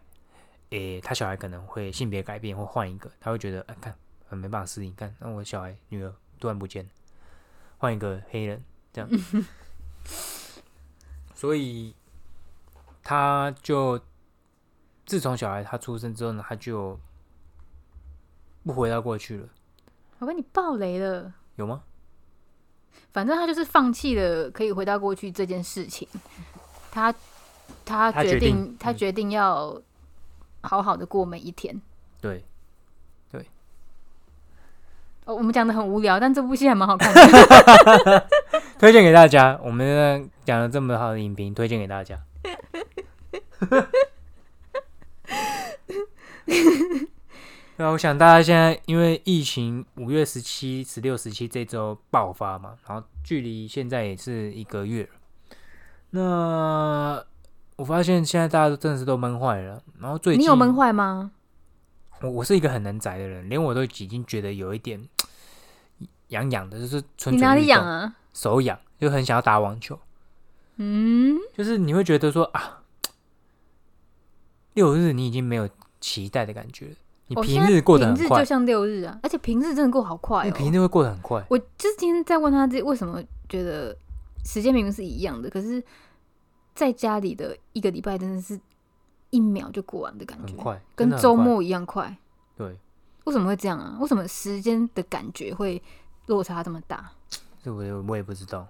A: 诶、他小孩可能会性别改变或换一个，他会觉得，哎、看，很没办法适应，看，那我小孩女儿突然不见了，换一个黑人这样，所以他就自从小孩他出生之后呢，他就不回到过去了，
B: 我跟你爆雷了。
A: 有吗？
B: 反正他就是放弃了可以回到过去这件事情，他他
A: 他
B: 决
A: 决定
B: 定他
A: 嗯
B: 决定要好好的过每一天。
A: 对，
B: 哦，我们讲的很无聊，但这部戏还蛮好看的。
A: 推荐给大家，我们讲了这么好的影评，推荐给大家。 对啊，我想大家现在因为疫情，五月十七、十六、十七这周爆发嘛，然后距离现在也是一个月了。那我发现现在大家都真的是都闷坏了。然后最近
B: 你有闷坏吗？
A: 我我是一个很能宅的人，连我都已经觉得有一点痒痒的，就是蠢蠢
B: 你哪里
A: 欲动
B: 痒啊？
A: 手痒，就很想要打网球。
B: 嗯，
A: 就是你会觉得说啊，六日你已经没有期待的感觉了，你
B: 我
A: 平
B: 哦现在
A: 日过得很
B: 平日
A: 快
B: 就，像六日啊，而且平日真的过好快
A: 你
B: 哦。
A: 平日会过得很快。
B: 我就是今天在问他这为什么觉得时间明明是一样的，可是在家里的一个礼拜真的是一秒就过完的感觉
A: 很，快，真
B: 跟
A: 的很
B: 周
A: 快
B: 末一样快。
A: 对，
B: 为什么会这样啊？为什么时间的感觉会落差这么大？
A: 这我也我也不知道，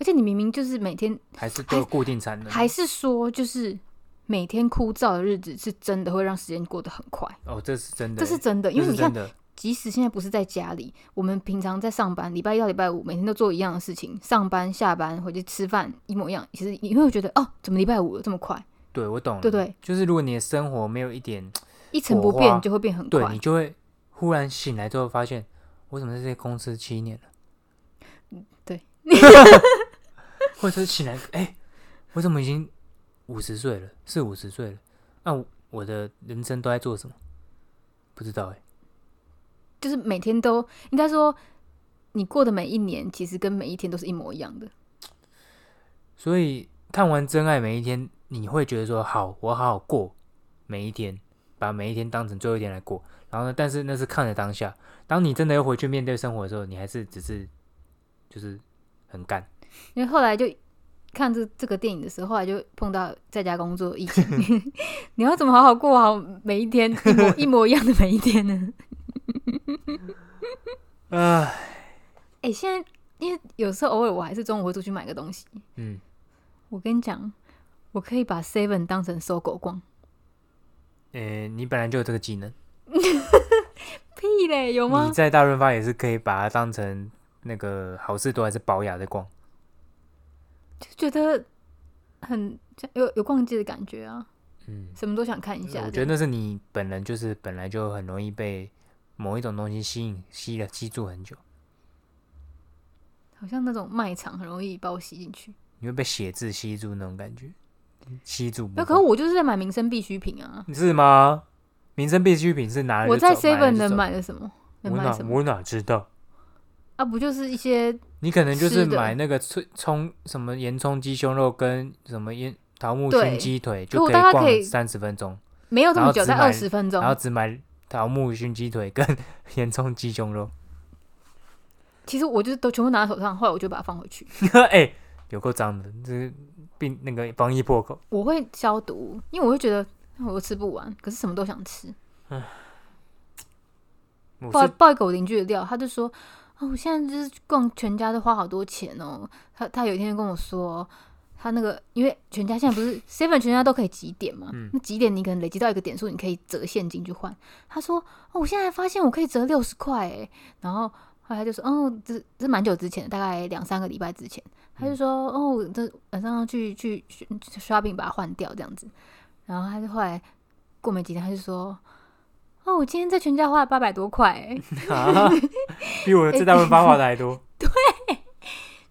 B: 而且你明明就是每天，
A: 还是都有固定产能，
B: 还是说就是每天枯燥的日子，是真的会让时间过得很快，
A: 哦，这是真的，
B: 这是真的。因为
A: 这
B: 你
A: 是
B: 看
A: 真，的，
B: 即使现在不是在家里，我们平常在上班，礼拜一到礼拜五每天都做一样的事情，上班、下班、回去吃饭，一模一样。其实你会觉得，哦，怎么礼拜五了这么快？
A: 对我懂了，
B: 对不对，
A: 就是如果你的生活没有一点，
B: 一成不
A: 火花
B: 变就会变很
A: 对你
B: 快。
A: 就会忽然醒来之后发现，我怎么在这个公司七年了？
B: 对，
A: 或者是醒来，哎、我怎么已经五十岁了，四五十岁了？那、我我的人生都在做什么？不知道哎、
B: 就是每天都应该说，你过的每一年其实跟每一天都是一模一样的。
A: 所以看完《真爱每一天》，你会觉得说好，我好好过每一天，把每一天当成最后一天来过。然后呢，但是那是看着当下，当你真的要回去面对生活的时候，你还是只是就是很干。
B: 因为后来就看这这个电影的时候，后来就碰到在家工作的疫情， 你要怎么好好过好每一天，一模一模一样的每一天呢？
A: 唉，
B: 哎、现在因为有时候偶尔我还是中午会出去买个东西，
A: 嗯，
B: 我跟你讲，我可以把 Seven 当成搜狗逛，
A: 呃，你本来就有这个技能，
B: 屁嘞，有
A: 你
B: 吗？
A: 在大润发也是可以把它当成那个好事多还是宝雅在逛。
B: 就觉得很有有逛街的感觉啊，
A: 嗯，
B: 什么都想看一下。
A: 我觉得那是你本人就是本来就很容易被某一种东西吸引，吸了吸住很久，
B: 好像那种卖场很容易把我吸进去。
A: 你会被写字吸住那种感觉，吸住不
B: 那
A: 放。
B: 可是我就是在买民生必需品啊。
A: 是吗？民生必需品是拿来
B: 我在
A: 就走拿来
B: Seven
A: 就
B: 能
A: 走
B: 买的什么？能
A: 我
B: 买什
A: 哪
B: 么？
A: 我哪知道？
B: 啊，不就是一些
A: 你可能就
B: 吃
A: 是
B: 的
A: 买那个葱葱什么盐葱鸡胸肉跟什么腌桃木
B: 对
A: 熏鸡腿，
B: 可
A: 就
B: 我
A: 可
B: 大概
A: 以
B: 可以
A: 逛三十分钟，
B: 没有这么久，
A: 然后只
B: 在
A: 买
B: 二十分钟
A: 然。后只买桃木熏鸡腿跟 盐葱鸡胸肉。
B: 其实我就是都全部拿在手上，后来我就把它放回去。
A: 哎、有够脏的，这是病那个防疫破口。
B: 我会消毒，因为我会觉得哦我又吃不完，可是什么都想吃。
A: 我
B: 爆
A: 是
B: 爆一个我邻居的料，他就说：“哦，我现在就是逛全家都花好多钱哦。他”他有一天跟我说，他那个因为全家现在不是 seven 全家都可以集点嘛，
A: 嗯
B: 那集点你可能累积到一个点数，你可以折现金去换。他说：“哦，我现在发现我可以折六十块诶。”然后后来他就说：“哦，这这蛮久之前，大概两三个礼拜之前。”他
A: 嗯
B: 就说：“哦，我这晚上要去去去 shopping 把它换掉这样子。”然后他就后来过没几天，他就说：“哦，我今天在全家花了八百多块、欸。”
A: 啊， 比我这大润发花的还多。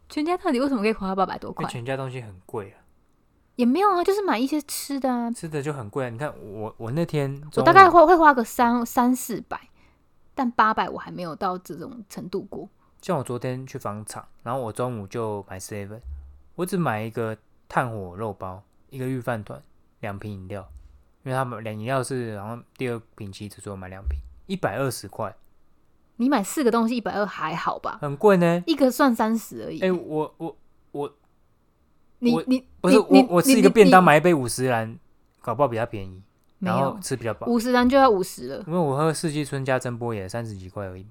B: 全家到底为什么可以花八百多
A: 因
B: 块
A: 为？全家东西很贵啊，
B: 也没有啊，就是买一些吃的啊。
A: 吃的就很贵、啊。你看我我那天
B: 我
A: 中
B: 大概
A: 午
B: 会会花个三三四百，但八百我还没有到这种程度过。
A: 像我昨天去房场，然后我中午就买 seven，我只买一个炭火肉包，一个御饭团，两瓶饮料，因为他们两饮料是然后第二瓶起只说买两瓶，一百二十块，
B: 你买四个东西一百二还好吧？
A: 很贵呢。
B: 一个算三十而已。
A: 哎、我我我
B: 你
A: 我
B: 你
A: 不是
B: 你
A: 我
B: 你
A: 我吃
B: 你
A: 一个
B: 你
A: 便当
B: 你
A: 买一杯五十兰，搞不好比较便宜，
B: 没
A: 然后嗯
B: 有
A: 吃比较饱，
B: 五十单就要五十了，
A: 因为我喝四季春加珍波也三十几块而已嘛，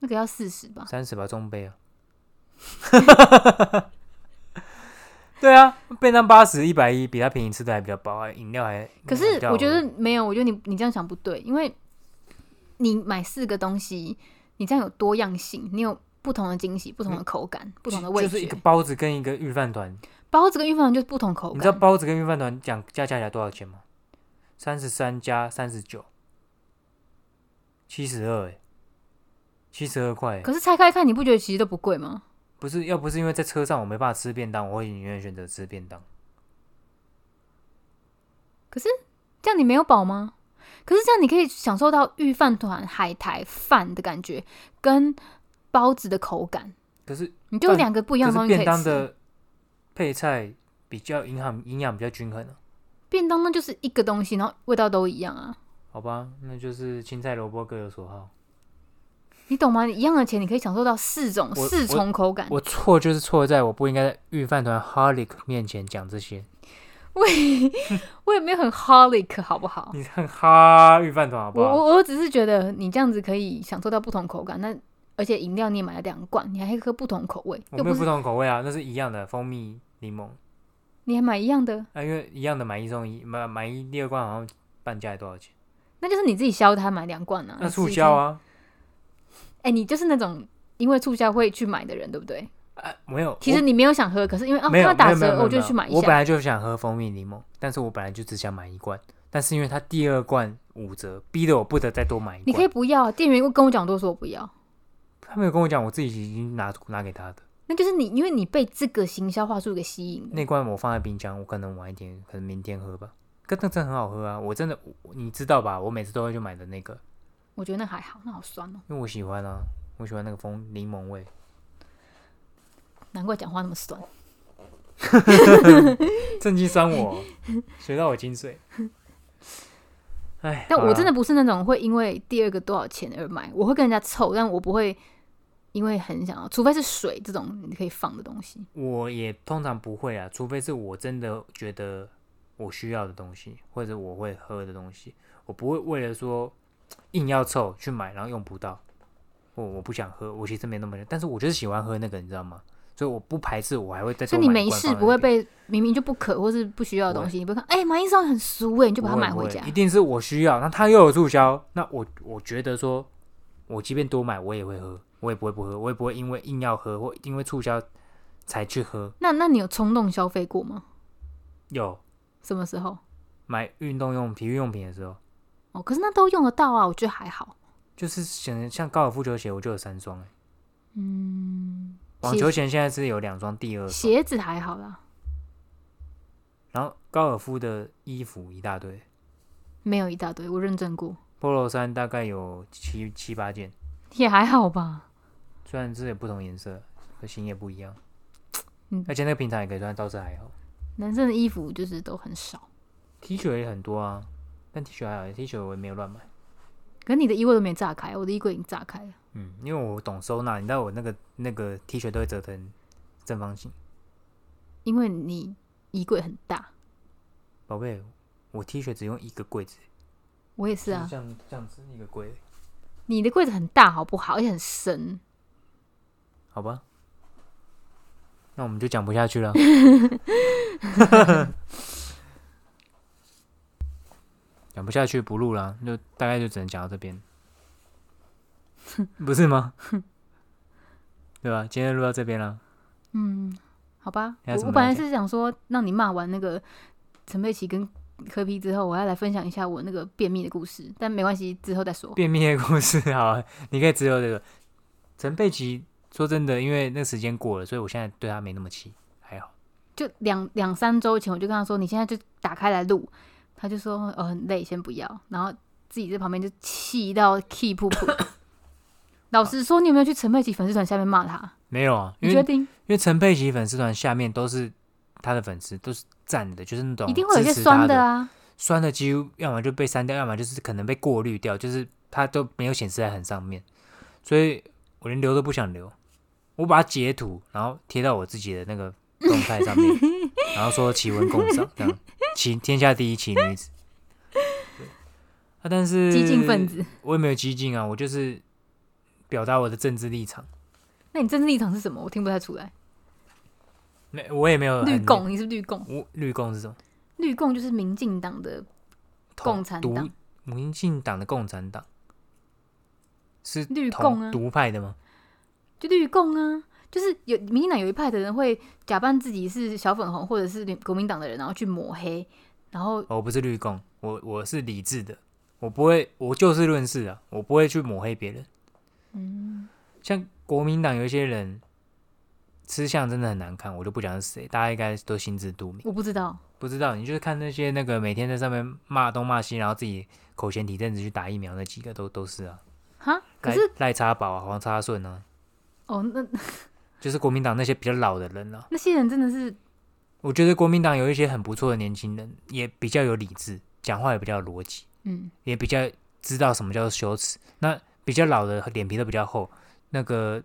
B: 那个要四十吧？
A: 三十吧中杯啊。 对啊，便当八十一百一，比它便宜，吃的还比较饱，还饮料还。
B: 可是
A: 饮料
B: 我觉得没有，我觉得你你这样想不对，因为你买四个东西，你这样有多样性，你有不同的惊喜、不同的口感、不同的味
A: 嗯就是一
B: 觉
A: 个。包子跟一个御饭团，
B: 包子跟预饭团就是不同口
A: 你知道
B: 感，
A: 包子跟御饭团讲加加起来多少钱吗？三十三加三十九，七十二哎，七十二块欸，
B: 可是拆开看，你不觉得其实都不贵吗？
A: 不是要不是因为在车上我没办法吃便当，我会宁愿选择吃便当。
B: 这样你没有饱吗？可是这样你可以享受到御饭团海苔饭的感觉，跟包子的口感，
A: 可是
B: 你就有
A: 但
B: 两个不一样
A: 可
B: 的
A: 是
B: 东西可
A: 便
B: 以
A: 当
B: 吃。
A: 的配菜比较营养营养比较均衡啊，
B: 便当那就是一个东西，然后味道都一样啊，
A: 好吧，那就是青菜萝卜各有所好。
B: 你懂吗？你一样的钱，你可以享受到四种
A: 我
B: 四重口感。
A: 我错就是错在我不应该在御饭团 Holic 面前讲这些。
B: 我也没有很 holic，好不好？
A: 你看哈御饭团好不
B: 我
A: 好？
B: 我我只是觉得你这样子可以享受到不同口感，那而且饮料你也买了两罐，你还可以喝不同口味，
A: 我
B: 又
A: 没
B: 不
A: 有
B: 是
A: 不同口味啊，那是一样的蜂蜜柠檬
B: 你还买一样的，
A: 啊，因为一样的买一送一，买买一第二罐好像半价还多少钱？
B: 那就是你自己消摊买两罐啊。
A: 那
B: 自
A: 促
B: 己
A: 销
B: 看！
A: 啊，
B: 哎、你就是那种因为促销会去买的人，对不对？
A: 啊没有，
B: 其实你没有想喝，可是因为哦，
A: 没有
B: 它打
A: 没有没
B: 折，
A: 有
B: 我
A: 没有
B: 就去买一
A: 我本
B: 下。
A: 来就想喝蜂蜜柠檬，但是我本来就只想买一罐，但是因为它第二罐五折，逼得我不得再多买一罐。
B: 你可以不要啊，店员跟我讲多说我不要，
A: 他没有跟我讲，我自己已经拿拿给他的
B: 那就是你因为你被这个行销话术给吸引了。
A: 那罐，我放在冰箱，我可能晚一点，可能明天喝吧。可那真的很好喝啊！我真的，我你知道吧？我每次都会去买的那个，
B: 我觉得那还好，那好酸哦，
A: 因为我喜欢啊，我喜欢那个蜂柠檬味。
B: 难怪讲话那么酸。
A: 正经伤 我，水到我精髓。哎，
B: 但
A: 好
B: 我
A: 啦
B: 真的不是那种会因为第二个多少钱而买，我会跟人家凑，但我不会因为很想要，除非是水这种你可以放的东西。
A: 我也通常不会啊，除非是我真的觉得我需要的东西，或者我会喝的东西，我不会为了说硬要凑去买，然后用不到。我我不想喝，我其实没那么，但是我就是喜欢喝那个，你知道吗？所以我不排斥，哎我还会再
B: 所
A: 多
B: 以你
A: 买一
B: 没
A: 罐
B: 事
A: 放在
B: 不会
A: 那边
B: 被明明就不渴或是不需要的东西，你不会看，哎、买一送一很俗哎、你就把它
A: 不会
B: 买
A: 不
B: 回
A: 会
B: 家
A: 一。定是我需要，那它又有促销，那我我觉得说，我即便多买我也会喝，我也不会不喝，我也不会因为硬要喝或因为促销才去喝。
B: 那那你有冲动消费过吗？
A: 有
B: 什么时候？
A: 买运动用体育用品的时候。
B: 哦，可是那都用得到啊，我觉得还好。
A: 就是像像高尔夫球鞋，我就有三双哎、
B: 嗯，
A: 网球鞋现在是有两双，第二双，
B: 鞋子还好啦，
A: 然后高尔夫的衣服一大堆
B: 没有一大堆，我认证过，
A: ，polo 衫大概有七七八件，
B: 也还好吧。
A: 虽然是有不同颜色，可型也不一样
B: 嗯，
A: 而且那个平常也可以穿，倒是还好。
B: 男生的衣服就是都很少，
A: T 恤也很多啊，但 T 恤还好，T 恤我也没有乱买，
B: 可是你的衣柜都没炸开，我的衣柜已经炸开了。
A: 嗯，因为我懂收纳，你知道我那个那个 T 恤都会折成正方形，
B: 因为你衣柜很大，
A: 宝贝，我 T 恤只用一个柜子，
B: 我也是
A: 就是
B: 啊。
A: 这样这样子一个柜，
B: 你的柜子很大，好不好？而且很深。
A: 好吧，那我们就讲不下去了。讲不下去不录了，就大概就只能讲到这边，不是吗？对吧？今天录到这边了，
B: 嗯，好吧。
A: 你
B: 我
A: 要怎么
B: 我本来
A: 了解
B: 是想说，让你骂完那个陈佩琪跟柯 P 之后，我要来分享一下我那个便秘的故事，但没关系，之后再说。
A: 便秘的故事 好，你可以只有这个陈佩琪。说真的，因为那时间过了，所以我现在对她没那么气，还好。
B: 就两两三周前，我就跟他说，你现在就打开来录，他就说哦很累，先不要，然后自己在旁边就气到气噗噗。老实说，你有没有去陈佩琪粉丝团下面骂他？
A: 没有啊，因
B: 你
A: 为
B: 决定
A: 因为陈佩琪粉丝团下面都是她的粉丝，都是赞的，就是那种
B: 一定会有一些
A: 支持她
B: 酸
A: 的
B: 的啊，
A: 酸的几乎要么就被删掉，要么就是可能被过滤掉，就是它都没有显示在很上面，所以我连留都不想留，我把它截图，然后贴到我自己的那个动态上面，然后说奇闻共赏，这样奇天下第一奇女子。对啊，但是
B: 激进分，子。
A: 我也没有激进啊，我就是表达我的政治立场，
B: 那你政治立场是什么？我听不太出来。
A: 没我也没有
B: 绿
A: 很，
B: 共，你是绿共？
A: 我绿共是什么？
B: 绿共就是民进党的，
A: 同
B: 共产
A: 独
B: 党，
A: 民进党的共产党是
B: 绿
A: 同
B: 共啊
A: 独派的吗？
B: 就绿共啊，就是有民进党有一派的人会假扮自己是小粉红或者是国民党的人，然后去抹黑，然后
A: 哦我不是绿共，我我是理智的，我不会，我就事论事啊，我不会去抹黑别人。
B: 嗯，
A: 像国民党有一些人吃相真的很难看，我就不讲是谁，大家应该都心知肚明。
B: 我不知道，
A: 不知道你就是看那些那个每天在上面骂东骂西，然后自己口嫌体正直去打疫苗那几个都都是啊，
B: 哈，可
A: 赖
B: 是
A: 赖查宝啊、黄查顺啊，
B: 哦，那
A: 就是国民党那些比较老的人啊。
B: 那些人真的是
A: 我觉得国民党有一些很不错的年轻人，也比较有理智，讲话也比较有逻辑，
B: 嗯，
A: 也比较知道什么叫做羞耻。那比较老的脸皮都比较厚，那个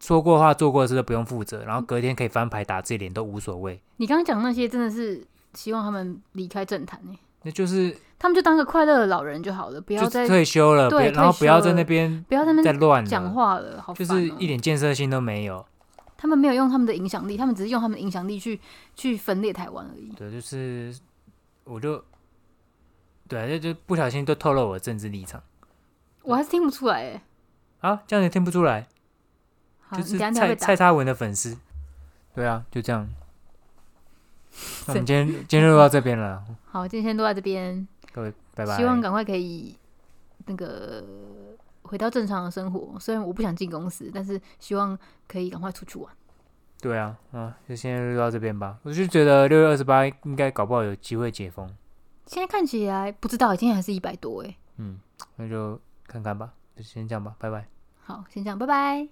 A: 说过话、做过的事都不用负责，然后隔天可以翻牌打自己脸都无所谓。
B: 你刚刚讲那些真的是希望他们离开政坛呢、欸
A: 那就是
B: 他们就当个快乐的老人就好了，不
A: 就
B: 要再
A: 退休了，
B: 对
A: 别然后
B: 退休
A: 不要在
B: 了
A: 那边
B: 不要在那
A: 再
B: 边
A: 乱了
B: 讲话了，好
A: 就
B: 烦、哦
A: 是一点建设性都没有。
B: 他们没有用他们的影响力，他们只是用他们的影响力去去分裂台湾而已。
A: 对，就是我就对啊，就就不小心都透露我的政治立场
B: 我还是听不出来哎、
A: 啊，这样也听不出来，
B: 好，
A: 就
B: 啊你
A: 是
B: 等下等下
A: 蔡
B: 被打
A: 蔡。差文的粉丝。对啊，就这 样。那我们
B: 是
A: 今天今天就到这边了，
B: 好，今天先都在这边，
A: 各位拜拜。
B: 希望赶快可以那个回到正常的生活。虽然我不想进公司，但是希望可以赶快出去玩。
A: 对啊，啊，就现在就到这边吧。我就觉得六月二十八应该搞不好有机会解封，
B: 现在看起来不知道，今天还是一百多哎、
A: 嗯，那就看看吧，就先这样吧，拜拜。
B: 好，先这样，拜拜。